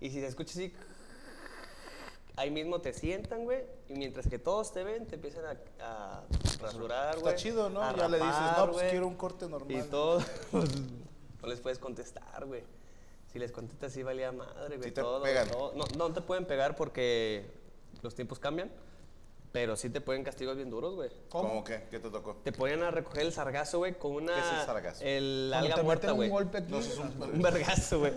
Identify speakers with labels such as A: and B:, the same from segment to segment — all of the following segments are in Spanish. A: Y si se escucha así, ahí mismo te sientan, güey. Y mientras que todos te ven, te empiezan a, a rasurar, güey.
B: Está chido, ¿no?
A: a
B: ya le dices,
A: rapar,
B: no, pues
A: güey".
B: quiero un corte normal.
A: Y todos no les puedes contestar, güey. Si les contestas, sí valía madre, güey.
B: Sí te
A: todo,
B: pegan.
A: todo. No, no te pueden pegar porque los tiempos cambian, pero sí te pueden castigos bien duros, güey.
B: ¿Cómo? que? ¿Qué te tocó?
A: Te ponían a recoger el sargazo, güey, con una.
B: ¿Qué es el sargazo?
A: El
C: Cuando
A: alga
C: te
A: muerta,
C: meten
A: güey.
C: un golpe aquí.
B: No, eso es un-
A: Un vergazo, güey.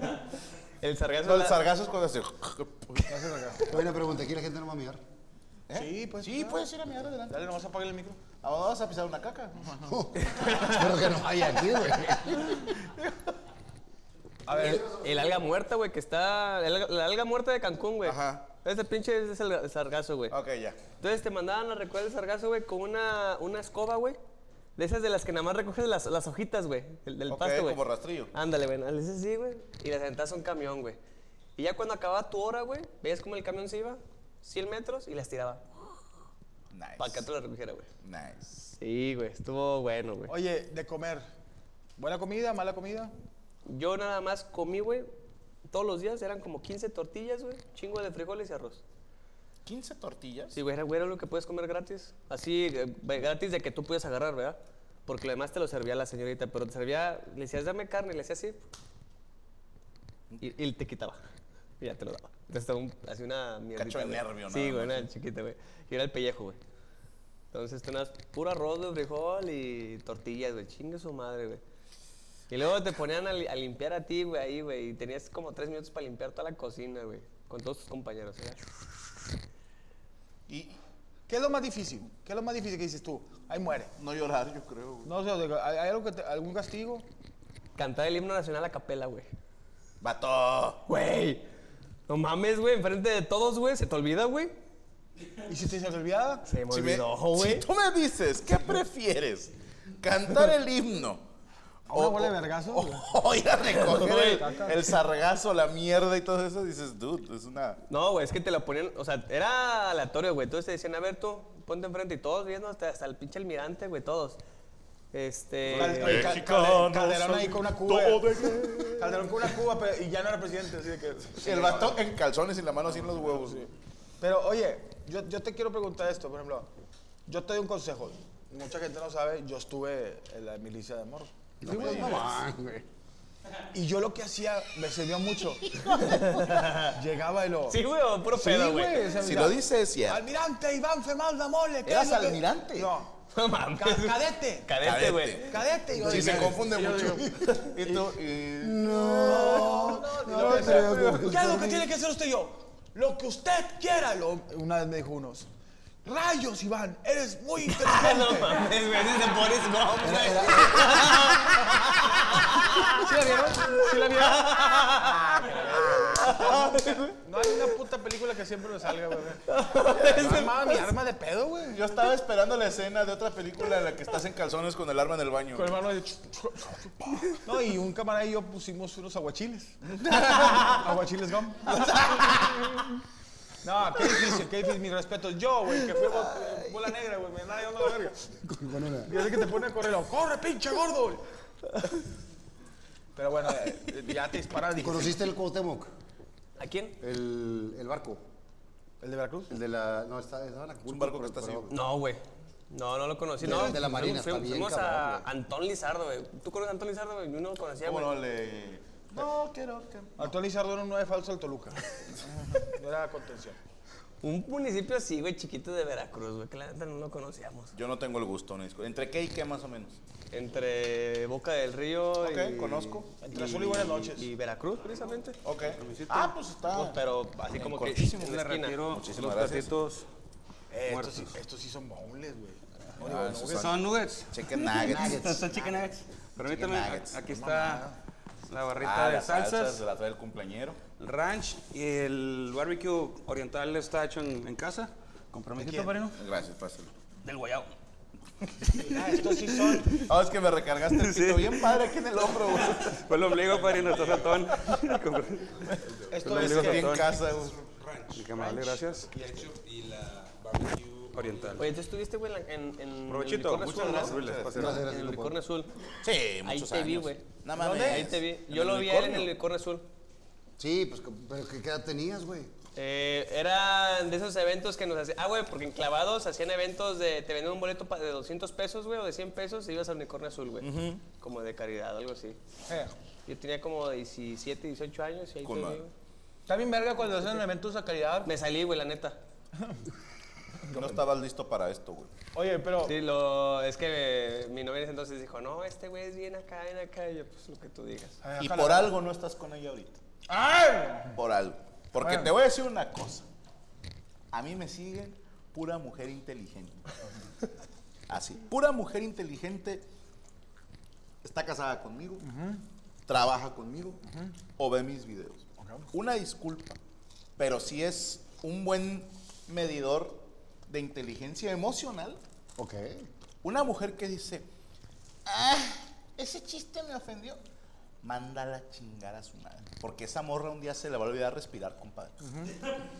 A: El sargazo.
B: No, el
A: la-
B: sargazo es cuando hace...
C: Haces acá.
D: Buena pregunta, aquí la gente no va a mirar.
B: ¿Eh? Sí, pues. Sí, puedes ir a mirar adelante.
C: Dale, nomás apaga el micro.
B: ¿A dónde vas a pisar una caca?
D: Espero que no haya aquí, güey.
A: A ver, el, el alga muerta, güey, que está. el alga- la alga muerta de Cancún, güey.
B: Ajá.
A: Ese pinche es el, el sargazo, güey.
B: ok, ya.
A: Entonces te mandaban a recoger el sargazo, güey, con una, una escoba, güey. De esas de las que nada más recoges las, las hojitas, güey, del, del
B: Ok,
A: pasto, güey.
B: como rastrillo.
A: Ándale, güey, le dices así, güey, y le sentas a un camión, güey. Y ya cuando acababa tu hora, güey, veías cómo el camión se iba 100 metros y las tiraba.
B: Nice.
A: Para que tú la recogiera, güey.
B: Nice.
A: Sí, güey, estuvo bueno, güey.
C: Oye, de comer. ¿Buena comida, mala comida?
A: Yo nada más comí, güey, todos los días eran como 15 tortillas, güey, chingo de frijoles y arroz.
B: 15 tortillas.
A: Sí, güey, era, güey, era lo que puedes comer gratis. Así, eh, ve- gratis de que tú puedes agarrar, ¿verdad? Porque lo demás te lo servía la señorita, pero te servía, le decías, dame carne, y le hacías así. Y, y te quitaba. Y ya te lo daba. Entonces, estaba un- así una mierdita.
B: Cacho de
A: güey.
B: nervio,
A: Sí,
B: nada
A: güey,
B: más.
A: una chiquita, güey. Y era el pellejo, güey. Entonces, tenías puro arroz, güey, frijol y tortillas, güey. Chingue su madre, güey. Y luego te ponían a, li- a limpiar a ti, güey, ahí, güey. Y tenías como tres minutos para limpiar toda la cocina, güey. Con todos tus compañeros. ¿eh? Era-
B: Y
C: ¿Qué es lo más difícil? ¿Qué es lo más difícil que dices tú? Ahí muere.
B: no llorar, yo creo. güey.
C: No sé, o sea, ¿hay hay algo que te- algún castigo?
A: Cantar el himno nacional a capela, güey.
B: ¡Vato!
A: Güey. No mames, güey, enfrente de todos, güey. ¿Se te olvida, güey?
C: ¿Y si te se olvidaba?
A: Se me
B: Si, me-
A: olvidó,
B: si
A: güey.
B: tú me dices, ¿qué prefieres? ¿Cantar el himno?
C: ¿A una bola de vergazo?
B: O, o ir a recoger
C: Güey.
B: el, el sargazo, la mierda y todo eso. Dices, dude, es una...
A: No, güey, es que te lo ponían, o sea, era aleatorio, güey. Entonces te decían, a ver tú, ponte enfrente y todos viendo hasta, hasta el pinche almirante, güey, todos.
B: eh,
A: Este.
C: Cal- oye, cal- calde- Calderón ahí con una cuba. Calderón con una cuba pero- y ya no era presidente, así de que...
B: El vato en calzones y la mano sin los huevos.
C: Pero oye, yo, yo te quiero preguntar esto, por ejemplo, yo te doy un consejo. Mucha gente no sabe, yo estuve en la milicia de morro.
D: Fuimos mamán, güey.
C: Y yo lo que hacía me sirvió mucho. Llegaba y lo.
A: Sí, güey, o puro pedo, güey.
C: o sea,
B: Si
C: mira,
B: lo dices, es cierto.
C: Almirante Iván Femalda Mole. ¿qué
B: ¿Eras
C: es lo que-"
B: almirante?
C: No.
A: No mames.
C: Ca- cadete.
A: Cadete, güey.
B: Cadete.
C: Cadete. y yo
B: Sí,
C: dije,
B: se confunde mucho. Y tú, y-
C: No, no,
D: no creo que
C: ¿Qué es lo que tiene que hacer usted y yo? Lo que usted quiera. lo- Una vez me dijo unos. Rayos, Iván, eres muy
A: No
C: inteligente.
A: mames, güey, ese es de Boris Gump, güey.
C: ¿Sí la vieron? ¿Sí la vieron? No hay una puta película que siempre nos salga, güey. No, mami, arma de pedo, güey.
B: Yo estaba esperando la escena de otra película en la que estás en calzones con el arma en el baño.
C: Con el mano de... No, y un camarada y yo pusimos unos aguachiles. aguachiles gum. No, qué difícil, qué difícil. Mis respetos. Yo, güey, que fui bo- eh, bola negra, güey. Me andaba llevando la verga. Y así que te pone a correr. lo, ¡Corre, pinche gordo! Pero bueno, eh, eh, ya te disparas. dije,
D: ¿Conociste el Cuauhtémoc?
A: ¿A quién?
D: El, el barco.
C: ¿El de Veracruz?
D: El de la. No, está, estaba en Acapulco,
B: Es un barco que
D: por-
B: está
D: por-
B: así,
A: No, güey. No, no lo conocí.
D: De-
A: no,
D: de la Marina, está
A: fuimos,
D: bien
A: fuimos a
D: cabrón,
A: Antón Lizardo, güey. ¿Tú conoces a Antón Lizardo, güey? Yo no lo conocía,
B: ¿Cómo
A: güey.
B: no le.? No, quiero que.
C: Antonio Lizardo era un 9 falso al Toluca. No era contención.
A: Un municipio así, güey, chiquito de Veracruz, güey, que la neta no lo conocíamos.
B: Yo no tengo el gusto, no disculpa. ¿Entre qué y qué más o menos?
A: Entre Boca del Río
B: Ok,
A: y...
B: conozco.
C: Entre azul y buenas noches.
A: Y Veracruz, precisamente.
B: Ok. Ah,
A: Pues,
B: pues está.
A: pero así como que
B: cortísimo.
A: en
E: Le
A: la esquina.
E: retiro
B: Muchísimas
E: los
B: gracias.
E: platitos.
C: Eh, estos,
E: Muertos.
C: sí, estos sí son bowls, güey.
B: Ah, esos
E: Son nuggets.
B: Chicken nuggets.
E: Son chicken nuggets. Permíteme,
B: Chicken nuggets.
E: a- aquí
B: No
E: está la barrita de
B: Ah, las
E: salsas,
B: La trae el cumpleañero.
E: ranch y el barbecue oriental está hecho en, en casa. Con permisito, padrino.
B: Gracias, pásalo.
E: Del guayabo.
C: Ah, estos sí son.
B: Ah, es que me recargaste el pito
E: Sí.
B: bien padre aquí en el hombro, güey.
E: Fue el ombligo, padrino, está ratón.
C: Esto
E: Lo
C: es
E: digo
C: que-
B: Aquí en
E: ratón.
B: casa, güey.
E: Qué amable, gracias. Y la barbecue oriental.
A: Oye, tú estuviste, güey, en, la- en, en
E: Provechito,
A: el
E: muchas
A: Unicornio
E: gracias.
A: Azul,
E: Gracias,
A: ¿no?
E: gracias.
A: En el Unicornio Azul.
B: Sí, muchos
A: Ahí
B: años.
A: te vi, güey.
B: No mames.
A: Ahí te vi. Yo lo vi a él en el Unicornio Azul.
D: Sí, pues, pero ¿qué qué edad tenías, güey?
A: Eh, eran de esos eventos que nos hacían. Ah, güey, porque en clavados hacían eventos de. Te vendían un boleto pa- de 200 pesos, güey, o de 100 pesos, y ibas al unicornio azul, güey. Como de caridad, algo así.
C: Eh,
A: Yo tenía como 17, 18 años y ahí
B: Con
A: te
B: madre.
A: vi, güey.
C: Está bien verga cuando hacen eventos a caridad.
A: Me salí, güey, la neta.
B: No estabas listo para esto, güey.
C: Oye, pero.
A: Sí, lo, es que eh, mi novia en ese entonces dijo, no, este güey es bien acá, bien acá. Y yo, pues lo que tú digas.
C: Ay,
B: Y
C: ojalá.
B: por algo no estás con ella ahorita.
C: ¡Ay!
B: Por algo. Porque
C: Bueno.
B: te voy a decir una cosa. A mí me sigue pura mujer inteligente. Así. Pura mujer inteligente está casada conmigo, trabaja conmigo o ve mis videos. Una disculpa, pero si es un buen medidor de inteligencia emocional,
D: Ok.
B: una mujer que dice, ah, ese chiste me ofendió, mándala a chingar a su madre. Porque esa morra un día se le va a olvidar respirar, compadre.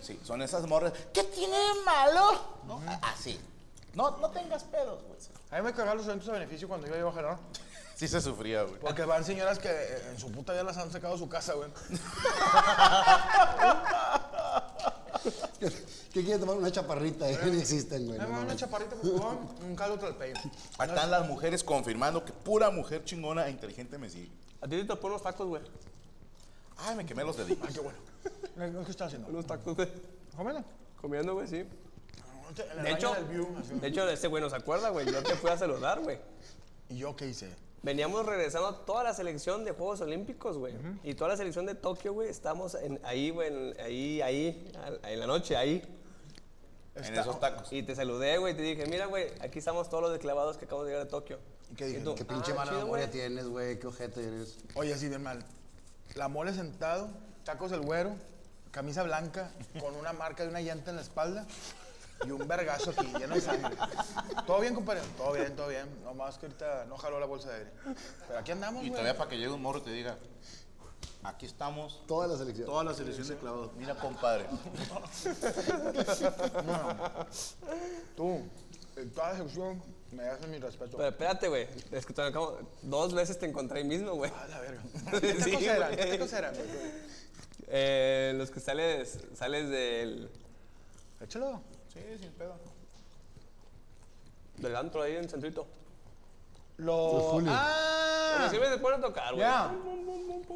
B: Sí, son esas morras, ¿qué tiene de malo? ¿No? Ah, Así. No, no tengas pedos, güey.
C: A mí me cagaron los eventos de beneficio cuando yo iba a Jalón.
B: Sí se sufría, güey.
C: Porque van señoras que eh, en su puta vida las han sacado de su casa, güey.
D: ¿Qué quiere tomar una chaparrita? eh? Ni existen, güey. no
C: Dame una
D: mames.
C: chaparrita, por favor. Un caldo tlalpeyo.
B: Ahí están las mujeres confirmando que pura mujer chingona e inteligente me sigue.
A: A ti te topó unos tacos, güey.
B: Ay, me quemé los deditos.
C: Ay, qué bueno. ¿Qué- ¿Qué estás haciendo?
A: Unos tacos, güey.
C: Jómela.
A: Comiendo, güey, sí.
C: En el
A: De
C: baño
A: hecho,
C: del View, así.
A: de hecho, este güey no se acuerda, güey. Yo te fui a saludar, güey.
C: ¿Y yo qué hice?
A: Veníamos regresando toda la selección de Juegos Olímpicos, güey. Y toda la selección de Tokio, güey. Estamos en- ahí, güey, en- ahí, ahí, al- en la noche, ahí.
B: En esos tacos.
A: Y te saludé, güey. Te dije, mira, güey, aquí estamos todos los desclavados que acabamos de llegar a Tokio.
C: ¿Y qué dije?
A: tú,
D: Qué pinche
A: "Ah,
D: mala
A: chido,
D: memoria
A: güey".
D: tienes, güey. Qué ojete eres.
C: Oye, así bien mal. La mole sentado, tacos el güero, camisa blanca, con una marca de una llanta en la espalda y un vergazo aquí, lleno de sangre. ¿Todo bien, compadre? Todo bien, todo bien. Nomás que ahorita no jaló la bolsa de aire. Pero aquí andamos,
B: Y
C: güey.
B: te vea para que llegue un morro y te diga, aquí estamos,
D: Toda la selección.
B: toda la selección de clavados. Mira, compadre.
C: Tú, en toda sección, me hacen mi respeto.
A: Pero espérate, güey. Es que te acabo- dos veces te encontré ahí mismo, güey.
C: A la verga.
A: Sí,
C: ¿Qué tacos eran? ¿Qué
A: güey.
C: tacos eran?
A: Eh, los que sales, sales del,
C: Échalo.
B: Sí, sin pedo.
A: del antro ahí en el centrito.
C: Los...
D: Julio.
A: Pero
C: ¡Ah!
A: sí me te ponen a tocar, güey.
C: Ya.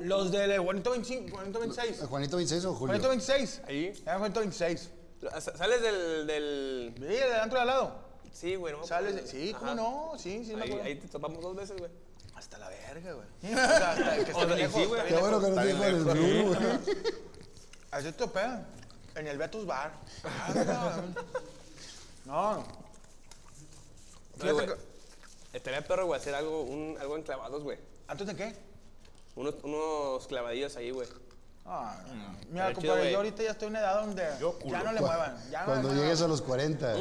C: Los del eh, Juanito 25, Juanito
D: ¿Eh,
C: 26.
D: ¿Juanito 26 o Julio?
C: Juanito 26.
A: Ahí.
C: Era Juanito 26.
A: Sa- Sales del, del,
C: Sí, el del antro de al lado.
A: Sí, güey, no. me
C: Sales de-
A: acuerdo.
C: sí, ¿cómo
A: Ajá.
C: no? Sí, sí, me
A: Ahí,
C: acuerdo.
A: ahí te topamos dos veces, güey.
C: Hasta la verga, güey. O sea, hasta que
A: O sea,
C: está
A: y
C: lejos.
A: sí, güey.
D: Qué bueno que no
B: Está bien
D: dijo el
B: lejos.
D: Blue, güey.
C: Así te pegan. En el Betus Bar. Ah, no.
A: Sí, güey.
C: Fíjate que-
A: Estaría perro, güey, hacer algo, un, algo en clavados, güey.
C: ¿Antes de qué?
A: Unos, unos clavadillos ahí, güey.
C: Ah, mira,
A: Pero chido,
C: compadre,
A: güey.
C: yo ahorita ya estoy en una edad donde ya no le muevan. Ya no
D: Cuando
C: le
D: llegues a
C: muevan.
D: los 40.
B: Uh.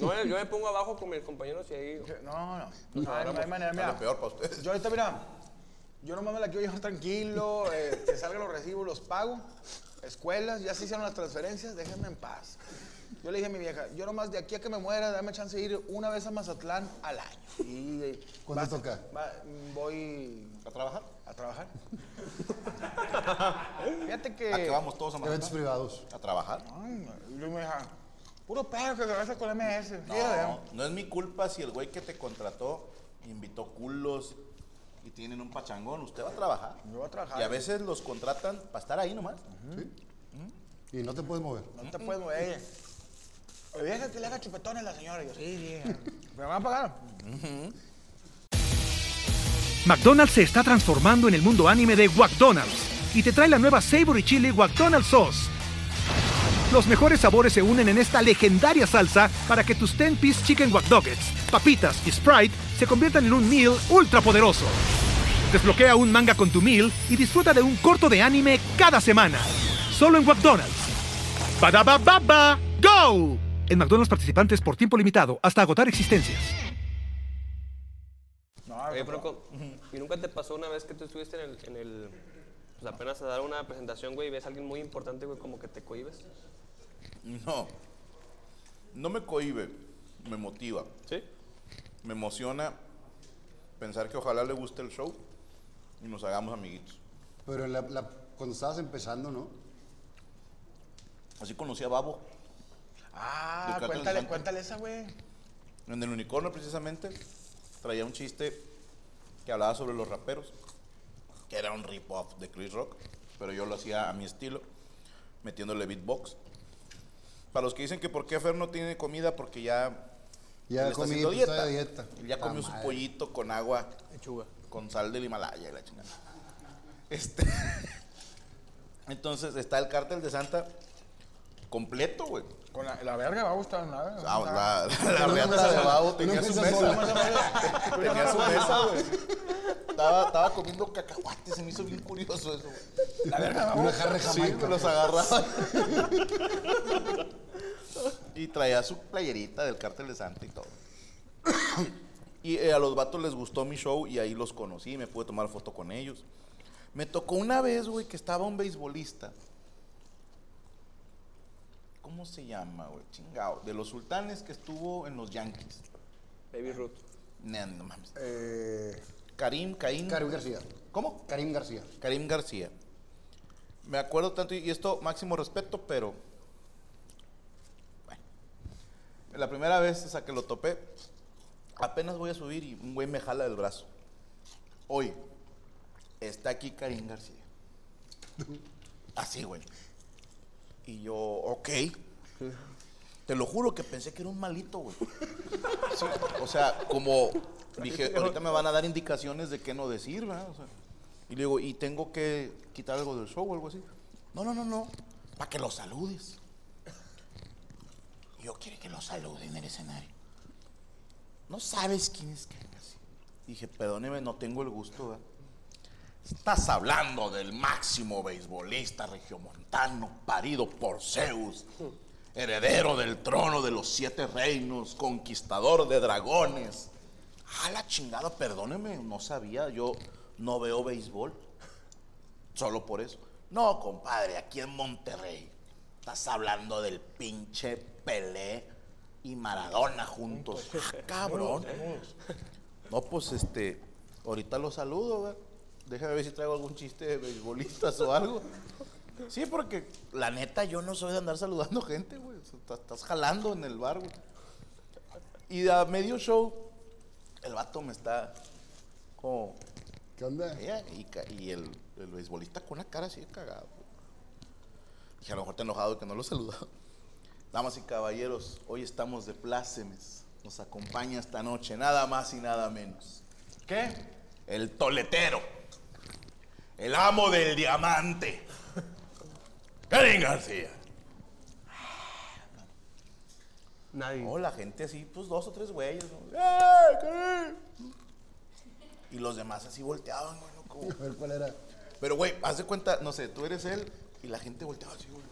A: No, yo- yo me pongo abajo con mis compañeros y ahí.
C: No, no. No, hay- no hay manera,
B: Es
C: mira.
B: pues, lo peor para ustedes.
C: Yo ahorita, mira, yo nomás me la quiero llevar tranquilo, eh, que salgan los recibos, los pago, escuelas, ya se hicieron las transferencias, déjenme en paz. Yo le dije a mi vieja, yo nomás de aquí a que me muera, dame chance de ir una vez a Mazatlán al año. Y, eh,
D: ¿Cuándo
C: vas-
D: toca?
C: va- voy
B: ¿A trabajar?
C: a trabajar. Fíjate que...
B: ¿A qué vamos todos a
D: Eventos
B: Mazatlán?
D: privados.
B: ¿A trabajar?
C: Ay, y luego me dijo, puro perro que regresa con MS.
B: No, no es mi culpa si el güey que te contrató invitó culos y tienen un pachangón. Usted va a trabajar.
C: Yo voy a trabajar.
B: Y a veces los contratan para estar ahí nomás.
D: Y no te puedes mover.
C: No te puedes mover. Oye, vieja que le haga chupetones a la señora. Y yo, sí, vieja. ¿Me van a pagar?
F: McDonald's se está transformando en el mundo anime de McDonald's y te trae la nueva Savory Chili McDonald's Sauce. Los mejores sabores se unen en esta legendaria salsa para que tus 10-piece chicken wack Nuggets, papitas y Sprite se conviertan en un meal ultra poderoso. Desbloquea un manga con tu meal y disfruta de un corto de anime cada semana. Solo en McDonald's. Badaba baba, go. En McDonald's participantes por tiempo limitado hasta agotar existencias.
C: No,
B: Eh,
A: Oye, pero co- ¿y nunca te pasó una vez que tú estuviste en el, en el- pues apenas a dar una presentación, güey, y ves a alguien muy importante, güey, como que te cohibes?
B: No. No me cohíbe, me motiva.
A: Sí.
B: Me emociona pensar que ojalá le guste el show y nos hagamos amiguitos.
D: Pero la- la- cuando estabas empezando, ¿no?
B: Así conocí a Babo
C: Ah,
B: De Carlos
C: cuéntale,
B: Santa.
C: cuéntale esa, güey.
B: en el unicornio precisamente. Traía un chiste que hablaba sobre los raperos, que era un rip-off de Chris Rock, pero yo lo hacía a mi estilo, metiéndole beatbox. Para los que dicen que por qué Fer no tiene comida, porque ya
D: Ya
B: Él está
D: comí,
B: haciendo
D: pues, estoy a dieta.
B: Él ya
D: Puta
B: comió su
D: madre.
B: pollito con agua,
C: Lechuga.
B: con sal del Himalaya y la chingada. Este. Entonces está el cártel de Santa completo, güey.
C: Con la, la verga, va a gustar nada.
B: Ah, la, la,
D: Una
B: reata
D: mesa
B: de
D: sola,
B: Babo
D: una
B: tenía su
D: mesa
B: mesa.
D: sola.
B: Tenía su mesa, güey. Estaba, estaba comiendo cacahuates, se me hizo bien curioso eso, güey.
C: La verga, va a
D: Una
C: gustar.
D: jarra de
B: Sí,
D: jamaica.
B: me los agarraba. y traía su playerita del cártel de Santa y todo. Y eh, a los vatos les gustó mi show y ahí los conocí, me pude tomar foto con ellos. Me tocó una vez, güey, que estaba un beisbolista. ¿Cómo se llama, güey? Chingao. De los sultanes que estuvo en los Yankees.
A: Baby Ruth.
B: Nah, no mames.
C: Eh,
B: Karim, Caín.
D: Karim García.
B: ¿Cómo?
D: Karim García.
B: Karim García. Me acuerdo tanto, y esto máximo respeto, pero. bueno. La primera vez, o sea, que lo topé, apenas voy a subir y un güey me jala del brazo. Hoy, está aquí Karim García. Así, güey. Y yo, ok. Te lo juro que pensé que era un malito, güey. Sí, o sea, como dije, ahorita me van a dar indicaciones de qué no decir, ¿verdad? O sea, y le digo, ¿y tengo que quitar algo del show o algo así? No, no, no, no. Para que lo saludes. Yo quiero que lo salude en el escenario. No sabes quién es Karim García. Dije, perdóneme, no tengo el gusto, ¿verdad? Estás hablando del máximo beisbolista regiomontano parido por Zeus, heredero del trono de los siete reinos, conquistador de dragones. A la chingada, perdóneme, no sabía, yo no veo béisbol. Solo por eso. No, compadre, aquí en Monterrey estás hablando del pinche Pelé y Maradona juntos. Ah, cabrón. No, pues este, ahorita lo saludo, güey. Déjame ver si traigo algún chiste de beisbolistas o algo. Sí, porque la neta yo no soy de andar saludando gente, güey. O sea, estás- Estás jalando en el bar, güey. Y a medio show, el vato me está como
D: ¿Qué onda?
B: ella, y, ca- y el, el beisbolista con una cara así de cagado. Dije, a lo mejor te enojado que no lo saludaba. Damas y caballeros, hoy estamos de plácemes. Nos acompaña esta noche, nada más y nada menos.
C: ¿Qué?
B: El toletero. El amo del diamante. Karen García.
A: Nadie.
B: No, la gente así, pues dos o tres güeyes. ¿no? ¡Eh, Karen! Y los demás así volteaban, güey, ¿no? como-
D: A ver cuál era.
B: Pero, güey, haz de cuenta, no sé, tú eres él y la gente volteaba así, güey.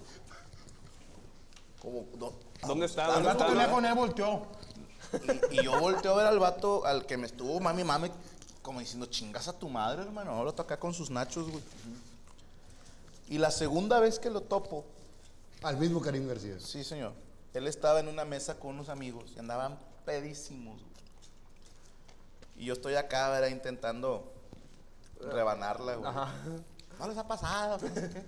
B: Como, ¿dó-
A: ¿Dónde está?
B: al
A: ¿Dónde
B: rato
A: está?
B: que le
C: Tú le
B: hago-
C: con él volteó.
B: Y, y yo volteo a ver al vato, al que me estuvo mami, mami, como diciendo, chingas a tu madre, hermano. Ahora toca con sus nachos, güey. Y la segunda vez que lo topo,
D: Al mismo Karim García.
B: sí, señor, él estaba en una mesa con unos amigos y andaban pedísimos, güey. Y yo estoy acá, ¿verdad? Intentando rebanarla, güey. No les ha pasado, que no sé qué.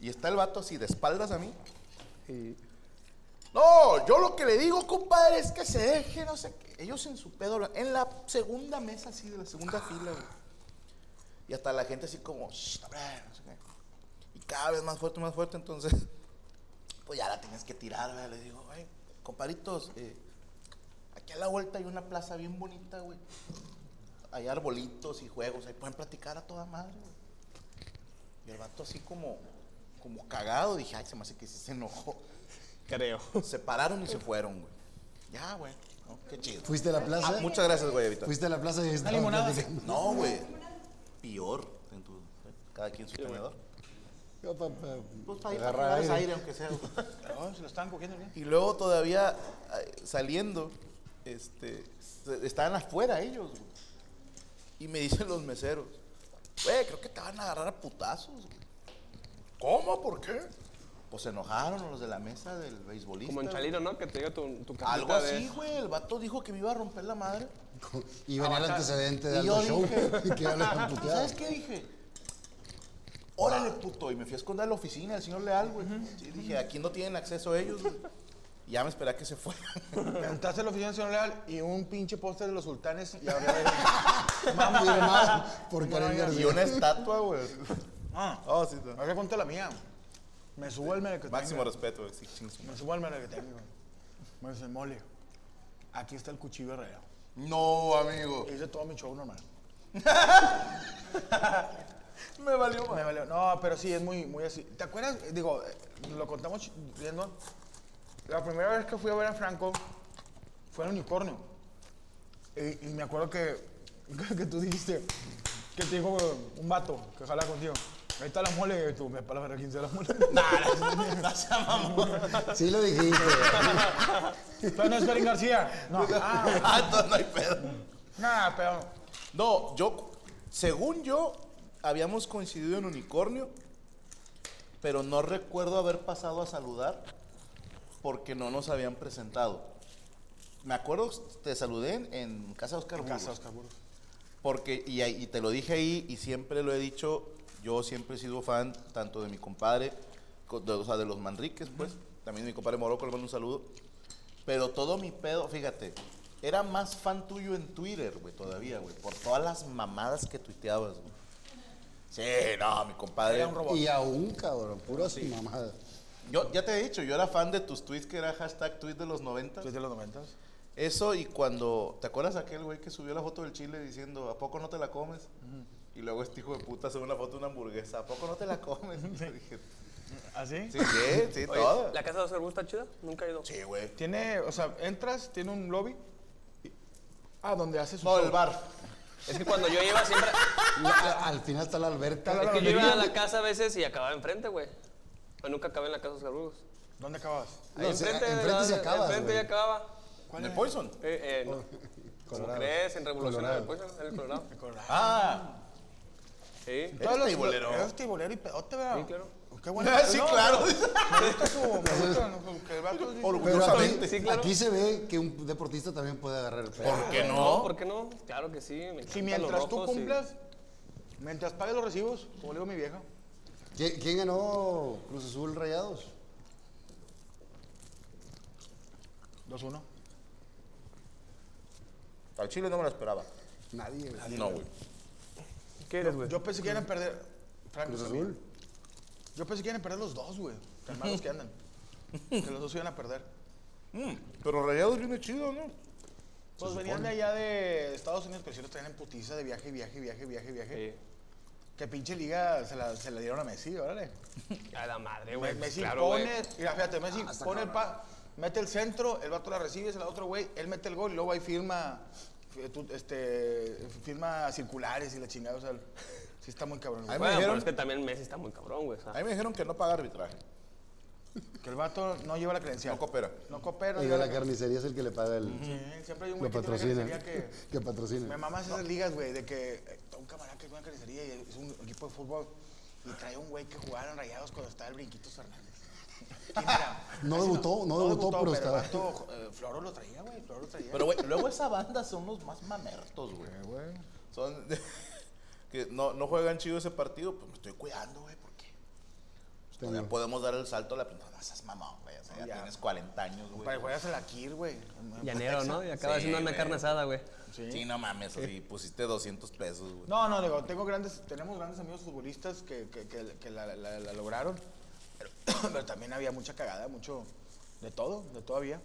B: Y está el vato así, de espaldas a mí. No, yo lo que le digo, compadre, es que se deje, no sé qué. Ellos en su pedo, hablan- en la segunda mesa, así, de la segunda fila, güey. Y hasta la gente así como, "Shh, hombre", no sé qué. Y cada vez más fuerte, más fuerte, entonces, pues ya la tienes que tirar, güey. Le digo, güey, compadritos, eh, aquí a la vuelta hay una plaza bien bonita, güey. Hay arbolitos y juegos, ahí pueden platicar a toda madre, güey. Y el vato así como, como cagado, dije, ay, se me hace que sí se enojó.
A: Creo.
B: Se pararon y se fueron, güey. Ya, güey. No, qué chido.
D: ¿Fuiste a la plaza?
B: Ah, muchas gracias, güey, Evita.
D: ¿Fuiste a la plaza y estaban
C: limonada.
D: platicando?
B: No, güey. Cada quien su tenedor.
D: Yo pa- pa-
B: Pues para ir
D: agarrar
B: aire.
D: aire.
B: aire, aunque sea.
C: No, se lo están cogiendo bien.
B: Y luego todavía eh, saliendo, este, se- estaban afuera ellos, güey. Y me dicen los meseros, güey, creo que te van a agarrar a putazos, güey. ¿Cómo? ¿Por qué? Pues se enojaron los de la mesa del beisbolista.
A: Como en
B: güey.
A: Chalino, ¿no? Que te diga tu, tu cajita
B: Algo
A: de-
B: así, güey. El vato dijo que me iba a romper la madre.
D: Y venía el antecedente de
B: Y yo
D: algo show.
B: dije- "Ah, pues,
D: Y que ya lo habían puteado.
B: ¿Sabes qué dije? Órale, puto. Y me fui a esconder a la oficina del señor Leal, güey. Sí, dije, aquí no tienen acceso ellos, güey. Y ya me esperé a que se fueran.
C: Entraste a la oficina nacional leal y un pinche póster de los sultanes y ahora
D: Firmado por Karen
B: y
D: García.
B: una estatua, güey.
C: Ah,
B: Oh, sí, no.
C: ahora cuento la mía. Me subo al medio que
B: Máximo
C: tenga.
B: respeto, güey. Sí, chingues,
C: Me subo al medio que tengo. Me dice, mole, aquí está el cuchillo herrero.
B: No, amigo.
C: Hice todo mi show normal.
B: Me valió
C: Me valió. No, pero sí, es muy, muy así. ¿Te acuerdas? Eh, Digo, eh, lo contamos ch- viendo. La primera vez que fui a ver a Franco fue al unicornio. Eh, Y, y me acuerdo que, que tú dijiste, que te dijo eh, un vato que jala contigo. Ahí está la mole, y tú, me para ver a 15 de la mole.
D: Sí lo dijiste.
C: Pero no es Karin García. No, ah,
B: Ah, entonces no hay pedo.
C: nada, pero.
B: No, yo, según yo, habíamos coincidido en Unicornio, pero no recuerdo haber pasado a saludar porque no nos habían presentado. Me acuerdo, te saludé en, en Casa Oscar Burgos.
C: Casa Oscar Burgos.
B: Porque, y, ahí- y te lo dije ahí, y siempre lo he dicho, yo siempre he sido fan tanto de mi compadre, co- de, o sea, de los Manriques, pues, también de mi compadre Morocco, le mando un saludo. Pero todo mi pedo, fíjate, era más fan tuyo en Twitter, güey, todavía, güey, por todas las mamadas que tuiteabas, güey. Sí, no, mi compadre.
C: Era un robot.
D: Y aún, cabrón, puras mamadas.
B: Yo ya te he dicho, yo era fan de tus tweets que era hashtag tweet de los 90.
C: ¿Tú es de los noventas?
B: Eso y cuando, ¿te acuerdas aquel güey que subió la foto del chile diciendo, ¿a poco no te la comes? Y luego este hijo de puta hace una foto de una hamburguesa, ¿a poco no te la comes? Y yo dije,
C: ¿Así?
B: sí, sí, sí,
A: Oye,
B: todo.
A: ¿La casa de Oscar Burgos está chida? Nunca he ido.
B: Sí, güey.
C: Tiene, o sea, entras, tiene un lobby. y- ah, donde hace su.
B: No,
C: show.
B: Oh, el bar.
A: Es que cuando yo iba siempre...
D: Y a- al final está la alberca.
C: Está
A: es
C: la
A: que yo iba
C: lavandería.
A: a la casa a veces y acababa enfrente, güey. Pero nunca acabé en la casa de Oscar Burgos.
C: ¿Dónde acabas?
D: No, o sea,
A: de
D: enfrente
A: la-
D: se acaba,
A: Enfrente
D: güey.
A: ya acababa.
B: ¿En el Poison?
A: Eh, eh, no. ¿Cómo
D: Colorado.
A: crees? En Revolucionario,
D: Colorado.
A: pues, en el Colorado.
B: Ah,
A: Sí.
B: eres teibolero.
C: Es tibolero y pedote, ¿verdad?
A: Sí, claro.
C: Qué bueno.
B: Ah, sí,
C: No,
B: claro.
C: Me gusta su. Me gusta no, que el vato. dice-
D: Pero
B: Orgullosamente.
D: aquí,
A: Sí, claro.
D: aquí se ve que un deportista también puede agarrar el perro.
B: ¿Por qué
A: No,
B: no?
A: ¿por qué no? Claro que sí. me
C: Si
A: encantan
C: mientras
A: los
C: tú
A: rojos y-
C: cumplas, mientras pagues los recibos, como le digo a mi vieja,
D: ¿Qui- ¿Quién ganó Cruz Azul Rayados?
C: 2-1.
B: Al chile no me lo esperaba.
D: Nadie. güey.
B: No, güey.
A: ¿Qué eres, güey?
C: Yo pensé que iban a perder. Franco,
D: Cruz
C: sabía.
D: Azul.
C: yo pensé que iban a perder los dos, güey. Tan malos que andan. Que los dos iban a perder.
B: Mm, pero Rayados viene chido, ¿no?
C: Pues venían de allá de Estados Unidos, pero sí los traían en putiza de viaje, viaje, viaje, viaje, viaje.
A: Sí.
C: Que pinche liga se la, se la dieron a Messi, órale.
A: A la madre,
C: Me-
A: güey.
C: Messi
A: claro, güey.
C: pone, mira, fíjate, Messi pone el pa, mete el centro, el vato la recibe, se la da otro güey, él mete el gol y luego ahí firma, eh, tú, este, firma circulares y la chingada, o sea, sí está muy cabrón. güey.
B: Ay, me
A: Bueno, pero
B: dijeron-
A: es que también Messi está muy cabrón, güey. o sea.
B: A mí me dijeron que no paga arbitraje.
C: Que el vato no lleva la credencial.
B: No coopera.
C: No coopera.
D: El de
C: lleva
D: la
C: la-
D: carnicería es el que le paga el.
C: Sí, siempre hay Mm. un
D: Lo
C: güey que tiene una
D: patrocina.
C: carnicería que...
D: Que
C: Me
D: patrocina.
C: mamas esas ligas, güey, de que eh, un camarada que es una carnicería y es un equipo de fútbol y trae un güey que jugaron rayados cuando estaba el Brinquitos Fernández. Y mira,
D: No
C: casi
D: debutó, no debutó, pero
C: el
D: estaba.
C: vato, eh, Floro lo traía, güey, Floro lo traía.
B: Pero, güey, luego esa banda son los más mamertos, güey. Son. que no, no juegan chido ese partido, pues me estoy cuidando, güey, porque. pues, todavía
D: Tengo.
B: podemos dar el salto a la pintura. No, no seas mamón, güey. O sea, ya,
C: Ya.
B: tienes 40 años,
C: Para que
B: güey.
C: juegas a la Kir, güey.
A: Llanero, ¿no? Y acaba
B: Sí,
A: haciendo una
B: güey.
A: carne asada, güey.
B: Sí. no mames, así pusiste 200 pesos, güey.
C: No, no, digo, tengo grandes, tenemos grandes amigos futbolistas que, que, que- que la, la- la lograron, pero, pero también había mucha cagada, mucho de todo, de todavía.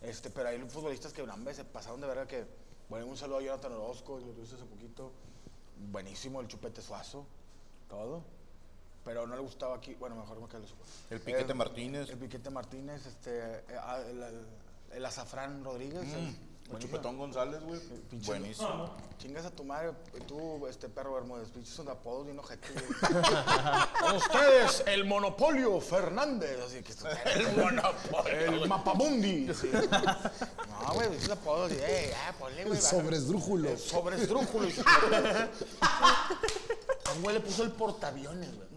C: Este, pero hay futbolistas que una vez se pasaron de verga que, bueno, un saludo a Jonathan Orozco, lo tuviste hace poquito, buenísimo, el chupete suazo, todo. Pero no le gustaba aquí, bueno, mejor me quedo los-
B: El Piquete Martínez.
C: eh,
B: Mm,
C: El Piquete Martínez, este, eh, ah, el, el- el Azafrán Rodríguez, el-
B: El Chupetón González, güey. Buenísimo.
C: Chingas a tu madre, tú, este perro Bermúdez, pinches son apodos bien ojete, güey. Con ustedes, el Monopolio Fernández. Así que esto- el Monopolio. El Mapamundi. así. No, güey, esos apodos, así, eh, ah, ponle, güey.
D: El sobresdrújulo.
C: El sobresdrújulo. y su- A un güey le puso el portaaviones, güey.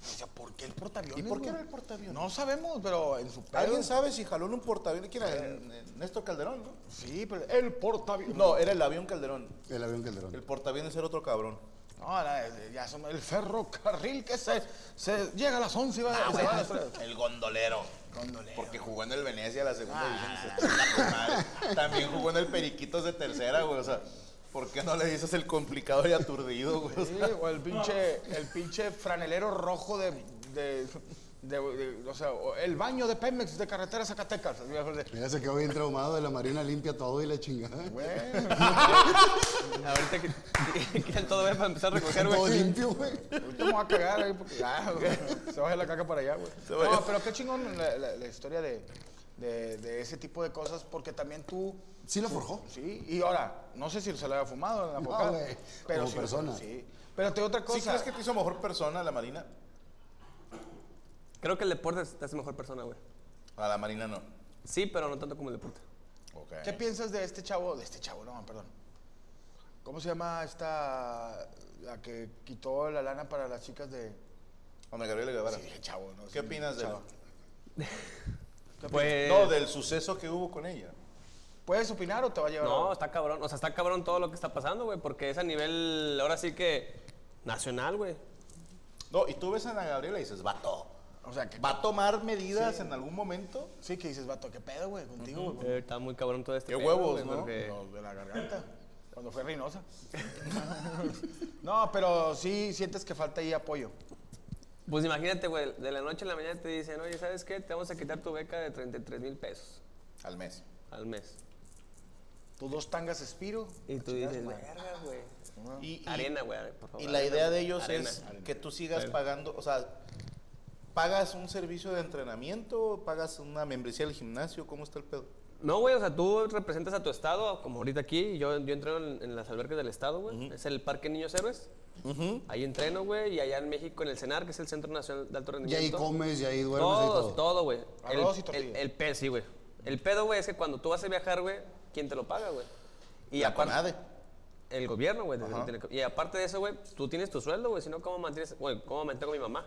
C: O sea, ¿por qué el portaaviones?
B: ¿Y por qué
C: güey?
B: era el portaaviones?
C: No sabemos, pero en su pedo.
B: ¿Alguien sabe si jaló en un portaaviones? ¿Quién era? En- en Néstor Calderón, ¿no?
C: Sí, pero el portaaviones.
B: Eh, No, era el avión Calderón.
D: El
B: El
D: avión Calderón.
B: portaaviones era otro cabrón.
C: No, la- ya son el ferrocarril que se, se llega a las 11 y va, se va a las 3.
B: el gondolero.
C: Gondolero. Ah.
B: Porque jugó en el Venecia la segunda división. Madre. También jugó en el Periquitos de tercera, güey. O sea, ¿por qué no le dices el complicado y aturdido, güey? O sea,
C: Sí, o el pinche, el pinche franelero rojo de, de, de- de- o sea, o el baño de Pemex de carretera Zacatecas. pues,
D: Mira, se quedó bien traumado de la marina limpia todo y la chingada.
A: Ahorita que quitan todo ver para empezar a recoger,
D: Todo
A: güey.
D: limpio, güey.
C: Ahorita me voy a cagar ahí porque ah, güey, se baja la caca para allá, güey.
B: va-
C: No, pero qué chingón la, la- la historia de, de- de ese tipo de cosas porque también tú...
D: Sí lo forjó.
C: Sí, y ahora, no sé si se lo había fumado en la
D: No,
C: boca.
D: güey,
C: pero
D: como
C: sí lo-
D: persona.
C: sí. Pero te digo otra cosa.
B: ¿Sí crees que te hizo mejor persona la Marina?
A: Creo que el deporte te hace mejor persona, güey.
B: A la Marina no.
A: Sí, pero no tanto como el deporte.
B: Ok.
C: ¿Qué piensas de este chavo? De este chavo, no, perdón. ¿Cómo se llama esta. la que quitó la lana para las chicas de.
B: Hombre, Gabriel Guevara.
C: Sí, dije chavo, ¿no?
B: ¿Qué
C: Sí,
B: opinas de
C: chavo.
A: Pues.
B: No, del suceso que hubo con ella.
C: ¿Puedes opinar o te va a llevar?
A: No, está cabrón. O sea, está cabrón todo lo que está pasando, güey, porque es a nivel, ahora sí que nacional, güey.
B: No, y tú ves a Ana Gabriela y dices, vato.
C: O sea, que.
B: ¿Va a tomar medidas en algún momento?
C: Sí, que dices, vato, ¿qué pedo, güey? Contigo, güey.
A: Eh, Está muy cabrón todo este
B: Qué
A: pedo,
B: huevos,
A: güey,
B: ¿no?
A: porque-
C: Lo de la garganta. Cuando fue Reynosa. no, pero sí sientes que falta ahí apoyo.
A: Pues imagínate, güey, de la noche a la mañana te dicen, oye, ¿sabes qué? Te vamos a quitar tu beca de 33 mil pesos
B: Al mes.
A: al mes.
C: Tus dos tangas espiro.
B: Ah,
A: Y tú dices,
C: madre.
A: verga, güey.
B: Y, y-
A: Arena, güey, por favor.
B: y la idea de ellos
A: Arena.
B: es que tú sigas pagando, o sea, ¿pagas un servicio de entrenamiento? ¿Pagas una membresía del gimnasio? ¿Cómo está el pedo?
A: No, güey, o sea, tú representas a tu estado, como ahorita aquí, yo, yo entreno en, en las albercas del estado, güey. Es el Parque Niños Héroes. Ahí entreno, güey, y allá en México, en el CENAR, que es el Centro Nacional de Alto
D: Y
A: Rendimiento.
D: ahí comes, y ahí duermes, y ahí
A: Todos,
D: todo.
A: todo, güey. El,
C: Arroz y
A: el,
C: tortilla.
A: el pe- sí, güey. El pedo, güey, es que cuando tú vas a viajar, güey, ¿quién te lo paga, güey? Y
B: La
A: aparte-
B: CONADE.
A: El gobierno, güey. desde- tiene que- Y aparte de eso, güey, tú tienes tu sueldo, güey. Si no, ¿cómo mantienes? Güey, ¿cómo mantengo a mi mamá?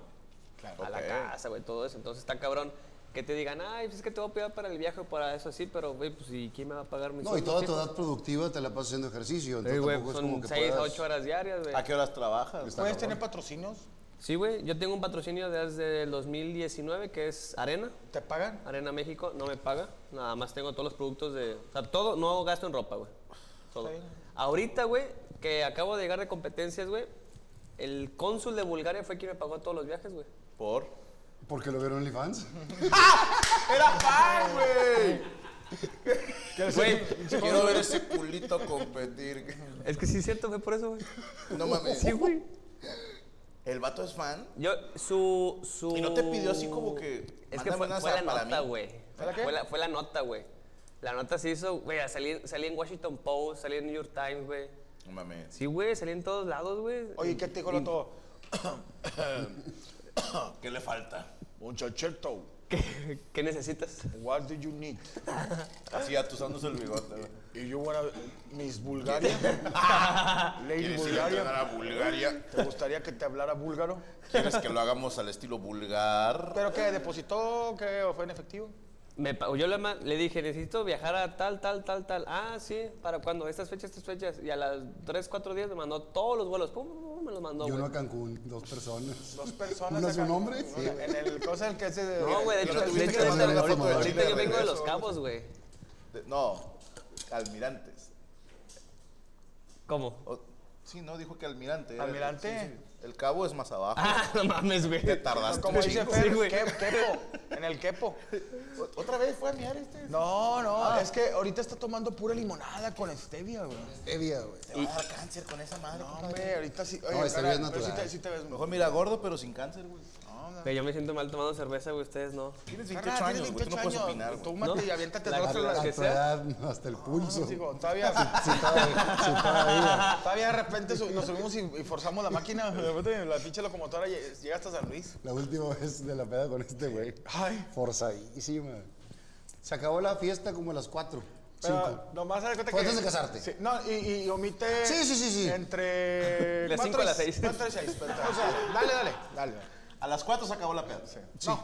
A: a la
B: Ok.
A: casa, güey, todo eso. Entonces está cabrón que te digan, ay, pues es que te voy a pagar para el viaje o para eso, sí, pero, güey, pues ¿y quién me va a pagar mi
D: No, y
A: sueldo,
D: toda
A: sí? pues,
D: tu edad productiva te la pasas haciendo ejercicio.
A: Sí,
D: Entonces
A: güey,
D: tampoco es como
A: son
D: que
A: 6 a
D: puedas-
A: 8 horas diarias, güey.
B: ¿A qué horas trabajas?
C: ¿Puedes tener patrocinios?
A: Sí, güey, yo tengo un patrocinio desde el 2019 que es Arena.
C: ¿Te pagan?
A: Arena México no me paga, nada más tengo todos los productos de... O sea, todo, no gasto en ropa, güey. Todo.
C: Está bien.
A: Ahorita, güey, que acabo de llegar de competencias, güey, el cónsul de Bulgaria fue quien me pagó todos los viajes, güey.
B: Por.
D: Porque lo vieron en OnlyFans.
B: ¡Era pan, güey!
A: Güey,
B: Quiero ver ese culito competir.
A: es que sí es cierto, fue por eso, güey.
B: No mames.
A: Sí, güey.
B: ¿El vato es fan?
A: Yo, su, su...
B: ¿Y no te pidió así como que,
A: Es que
B: "Mándame
A: fue,
B: unas
A: fue
B: a-
A: la
B: para
A: nota,
B: mí"?
A: güey.
C: ¿Fue la qué?
A: Fue la, fue la nota, güey. La nota se hizo, güey, salí, salí en Washington Post, salí en New York Times, güey.
B: No mames.
A: Sí, güey, salí en todos lados, güey.
C: Oye, ¿qué te dijo el otro?
B: ¿Qué le falta?
C: Muchachito,
A: ¿Qué, qué necesitas?
C: what do you need?
B: Así atusándose el bigote. güey.
C: Y yo wanna Miss Bulgaria. Lady
B: ¿Quieres ir a entrenar a
C: Bulgaria.
B: Bulgaria?
C: ¿Te gustaría que te hablara búlgaro?
B: ¿Quieres que lo hagamos al estilo vulgar?
C: ¿Pero qué? ¿Depositó? ¿Qué? ¿O fue en efectivo?
A: Me pagó- yo le, ma- le dije, necesito viajar a tal, tal, tal, tal. Ah, sí, ¿para cuándo? Estas fechas, estas fechas. Y a las 3, 4 días me mandó todos los vuelos. Pum, pum, pum, me los mandó,
D: Y uno
A: güey.
D: a Cancún, dos personas.
C: Dos personas.
D: ¿No es
C: acá.
D: un hombre?
C: Una-
D: Sí, güey.
C: en el cosa el que es de.
A: No, güey, de hecho,
B: Pero
A: de
B: tuviste
A: hecho,
B: que
A: ahorita-
B: mandar la foto de
A: ahorita
B: Chile
A: yo
B: de
A: vengo de Los
B: regreso.
A: Cabos, güey.
B: De- no, almirantes.
A: ¿Cómo?
B: O- sí, no, dijo que almirante. era-
C: Almirante.
B: sí, sí. El cabo es más abajo.
A: Ah, no mames, güey.
B: Te tardaste.
C: Como
B: un
C: dice
B: chingo.
C: Fer,
A: Sí, güey.
C: que- quepo. En el quepo.
B: O- ¿Otra vez fue a mirar este?
C: No, no, es que ahorita está tomando pura limonada con stevia, güey.
D: Evia, güey.
B: Te va a dar cáncer con esa madre.
C: No,
B: compadre.
C: hombre, ahorita sí. Oye,
D: No, stevia
C: cara,
D: es
C: pero
D: natural.
C: sí te, sí te ves mejor.
B: Mejor mira gordo, pero sin cáncer, güey.
C: No, no, cosa.
E: Güey, yo me siento mal tomando cerveza, güey, ustedes no.
B: Tienes 28
C: Carnal,
B: años,
C: tienes
B: güey, tú no puedes
C: 28
B: opinar,
C: años,
B: güey.
C: Tómate
E: ¿No?
C: y aviéntate
E: La-
C: dos
E: la-
C: las
E: la-
C: que
D: A tu
C: sea. Ah,
D: edad, hasta el pulso.
C: Digo, todavía,
D: Sí, todavía, sí, todavía.
C: todavía de repente su- nos subimos y, y forzamos la máquina. De repente la pinche locomotora lle- llega hasta San Luis.
D: La última vez de la peda con este güey.
C: Ay.
D: Forzadísima. Se acabó la fiesta como a las 4, 5.
C: Pero nomás haz de cuenta
D: Fue
C: que-
D: antes de casarte.
C: Sí, no, y, y omite.
D: Sí, sí, sí, sí.
C: Entre.
E: De cinco
C: cuatro
E: a
C: y-
E: las seis.
C: cuatro y seis, pero- o sea, dale, dale, dale.
B: A las 4 se acabó la peda.
D: No.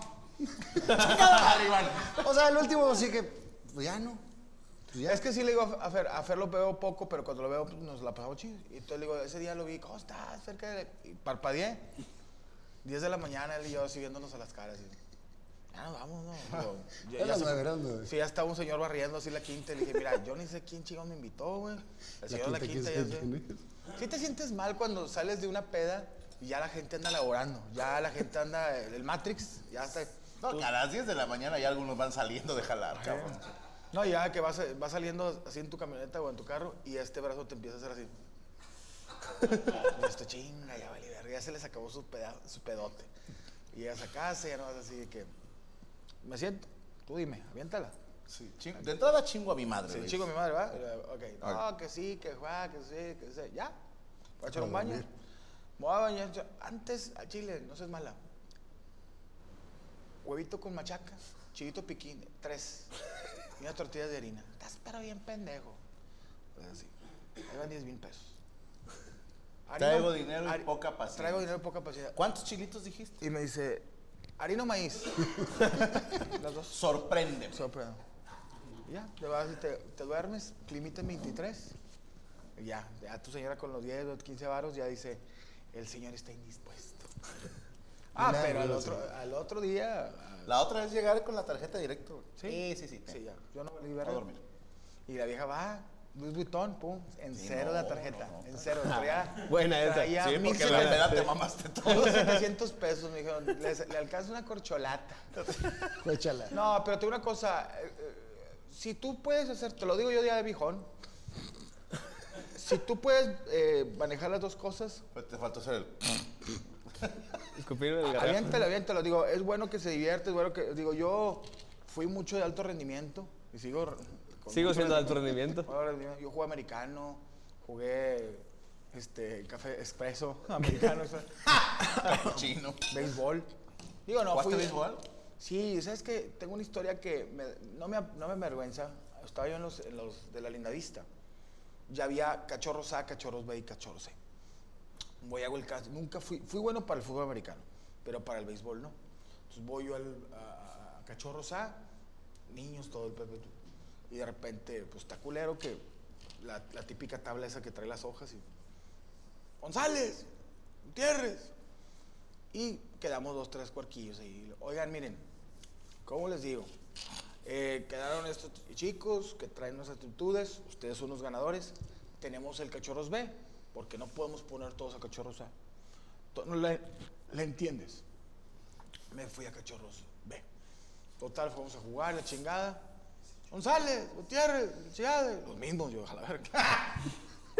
B: Madre, Iván.
D: O sea, el último sí que, pues ya no. Pues ya.
C: Es que sí le digo a a Fer, a Fer lo veo poco, pero cuando lo veo pues, nos la pasamos chido. Y entonces le digo, ese día lo vi, ¿cómo estás? Cerca de. Y parpadeé. 10 de la mañana, él y yo así viéndonos a las caras. y, ya nos vamos, ¿no? Digo, ya-
D: Eran
C: ya
D: las
C: se-
D: nueve, eran las nueve.
C: Sí, ya estaba un señor barriendo así la quinta. Y le dije, mira, yo ni sé quién chingón me invitó, güey. El señor de la
D: quinta,
C: quinta,
D: ¿quién
C: ya
D: sabe
C: sé.
D: quién es?
C: ¿Sí te sientes mal cuando sales de una peda y ya la gente anda laborando? Ya la gente anda, el Matrix, ya está.
B: No, que a las 10 de la mañana ya algunos van saliendo de jalar, cabrón.
C: No, ya que vas, vas saliendo así en tu camioneta o en tu carro y este brazo te empieza a hacer así. Y esto chinga, ya vale, verga, ya se les acabó su, peda- su pedote. Y llegas a casa y ya no vas así de que. Me siento, tú dime, aviéntala.
B: Sí, chingo- De entrada chingo a mi madre.
C: Sí,
B: güey.
C: chico, mi madre, ¿va? Y yo, Ok. No, que sí, que juega, que sí, que sí. Ya. Voy a echar un baño. Me voy a bañar. Yo, Antes, a Chile, no seas mala. Huevito con machaca, chivito piquín, tres. Y unas tortillas de harina. Estás pero bien pendejo. Pues así. Ahí van 10 mil pesos.
B: Traigo dinero y
C: hari-
B: poca paciencia.
C: Traigo dinero y poca paciencia.
B: ¿Cuántos chilitos dijiste?
C: Y me dice, harina o maíz. Las dos.
B: Sorprende.
C: Sopla. Ya, te vas y te, te duermes, límite 23. Y Ya, ya tu señora con los 10, los 15 varos ya dice, el señor está indispuesto. Ah,
D: Milagro,
C: pero al
D: sí.
C: otro, al otro día...
B: La otra es llegar con la tarjeta directo. güey.
C: Sí,
B: sí, sí.
C: Sí,
B: ten.
C: ya, yo no me
B: A dormir.
C: Y la vieja va, Louis Vuitton, pum, en cero
B: no,
C: la tarjeta,
B: no, no.
C: en cero. Traía,
E: Buena esa.
C: traía
B: Sí, porque en la
C: 1700
B: peda te mamaste todo.
C: 1700 pesos, me dijeron, "Les- le alcanza una corcholata.
D: Échala.
C: No, pero te digo una cosa. eh, eh, si tú puedes hacer, te lo digo yo día de bijón. Si tú puedes eh, manejar las dos cosas,
B: Pero te faltó hacer el.
E: Escupirme el gargajo.
C: aviéntalo, aviéntalo. Digo, es bueno que se divierte, es bueno que. Digo, yo fui mucho de alto rendimiento y sigo. re- con
E: Sigo
C: mucho
E: siendo de alto rendimiento.
C: Ahora, yo- yo jugué americano, jugué este, café expreso, americano, expreso,
B: Chino.
C: béisbol. Digo, no,
B: ¿Jugaste
C: fui-
B: béisbol?
C: Sí, ¿sabes que Tengo una historia que me- no, me, no me avergüenza. Estaba yo en los, en los de la lindavista. Ya había cachorros A, cachorros B y cachorros C. Voy, hago el caso. Nunca fui, fui bueno para el fútbol americano, pero para el béisbol no. Entonces voy yo al, a, a- a cachorros A, niños, todo el pepe. Y de repente, pues está culero que la, la típica tabla esa que trae las hojas y... González, Gutiérrez, y quedamos dos, tres cuarquillos ahí. Oigan, miren, ¿cómo les digo? Eh, quedaron estos chicos que traen nuestras actitudes, ustedes son los ganadores, tenemos el cachorros B, porque no podemos poner todos a cachorros A. Tú no le, le entiendes. Me fui a cachorros B. Total, fuimos a jugar, la chingada. González, Gutiérrez, la chingada, los mismos, yo, a la verga.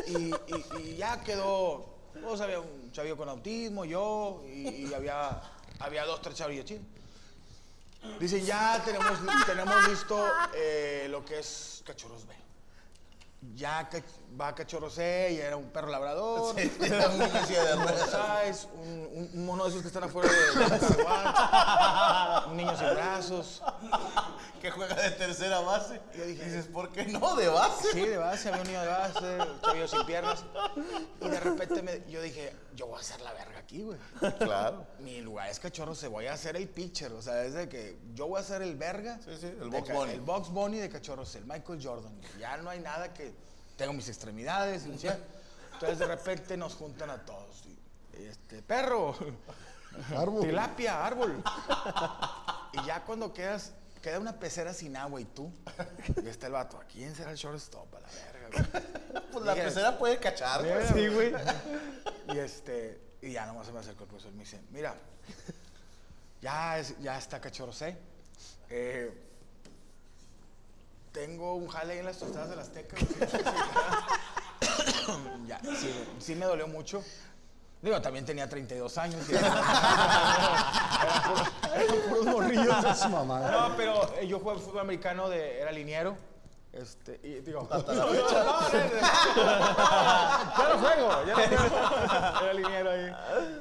C: Y, y- y ya quedó. Pues había un chavillo con autismo, yo, y, y había, había dos, tres chavillos chidos. Dicen, ya tenemos, tenemos listo eh, lo que es Cachorros B. Ya cach- va Cachorros C, ya era un perro labrador.
B: Era un niño así de ruedas.
C: ¿Sabes? Un, un- un mono de esos que están afuera de, de Zaguán, un niño sin brazos.
B: que juega de tercera base.
C: Yo dije-
B: dices, ¿por qué no de base?
C: Sí, de base, había un niño de base, un chavillo sin piernas. Y de repente me- yo dije, yo voy a hacer la verga aquí, güey.
B: Claro.
C: Mi lugar es cachorro, se voy a hacer el pitcher. O sea, es de que yo voy a ser el verga.
B: Sí, sí, el
C: de
B: Bugs
C: ca-
B: Bunny.
C: El box bunny de cachorros, el Michael Jordan. Ya no hay nada que. Tengo mis extremidades, y ya. Entonces de repente nos juntan a todos. y, este, perro,
D: Árbol.
C: tilapia, árbol. Y ya cuando quedas, queda una pecera sin agua y tú. Y está el vato, ¿a quién será el shortstop? A la verga, güey.
B: Pues la
C: Dije,
B: tercera puede cachar, güey.
C: Sí, güey. Y este, y ya nomás se me acercó el profesor y me dice, mira, ya, es- ya está cachorro C. Eh, tengo un jale ahí en las tostadas de las tecas. ya, sí, sí me dolió mucho. Digo, también tenía 32 años. y era, era puro- eran puros morrillos.
D: Esas mamadas.
C: No, pero eh, yo jugué fútbol americano, de, era liniero. Este, y digo,
B: Hasta la
C: no,
B: fecha.
C: no, no, no, ya no juego, ya no juego. Era liniero ahí.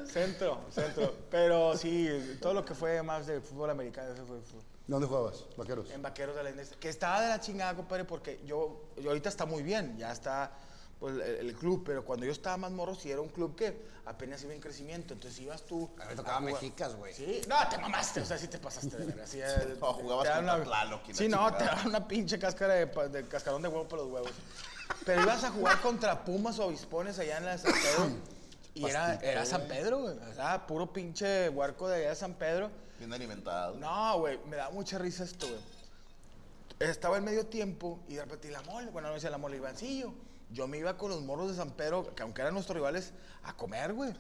C: Centro, centro. Pero sí, todo lo que fue más de fútbol americano, eso fue fútbol.
D: ¿Dónde jugabas? Vaqueros.
C: En Vaqueros de la Index. Que estaba de la chingada, compadre, porque yo, yo ahorita está muy bien, ya está pues, el, el club, pero cuando yo estaba más morro, sí era un club que apenas iba en crecimiento, entonces ibas tú.
D: A mí me tocaba
C: jugar.
D: mexicas, güey.
C: Sí, no, te mamaste, o sea, sí te pasaste de verga. Sí, eh,
B: no, jugabas
C: te dan
B: contra Tlaloc y la
C: Sí, no,
B: chingada.
C: te daban una pinche cáscara de, pa- de cascarón de huevo para los huevos. Pero ibas a jugar contra Pumas o Avispones allá en la San Pedro. Y era, era San Pedro, güey. Era puro pinche huarco de allá de San Pedro.
B: Bien alimentado.
C: No, güey, me da mucha risa esto, güey. Estaba en medio tiempo y de repente y la mole, bueno, no decía la mole, Ivancillo. Yo me iba con los morros de San Pedro, que aunque eran nuestros rivales, a comer, güey.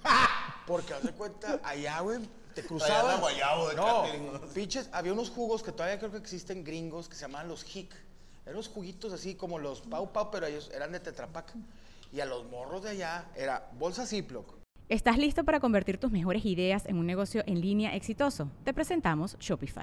C: Porque, haz de cuenta, allá, güey, te cruzaban.
B: la guayabo de
C: No,
B: catering, ¿no?
C: pinches, había unos jugos que todavía creo que existen gringos que se llamaban los hick. Eran unos juguitos así como los Pau Pau, pero ellos eran de Tetrapac. Y a los morros de allá era bolsa Ziploc,
G: ¿Estás listo para convertir tus mejores ideas en un negocio en línea exitoso? Te presentamos Shopify.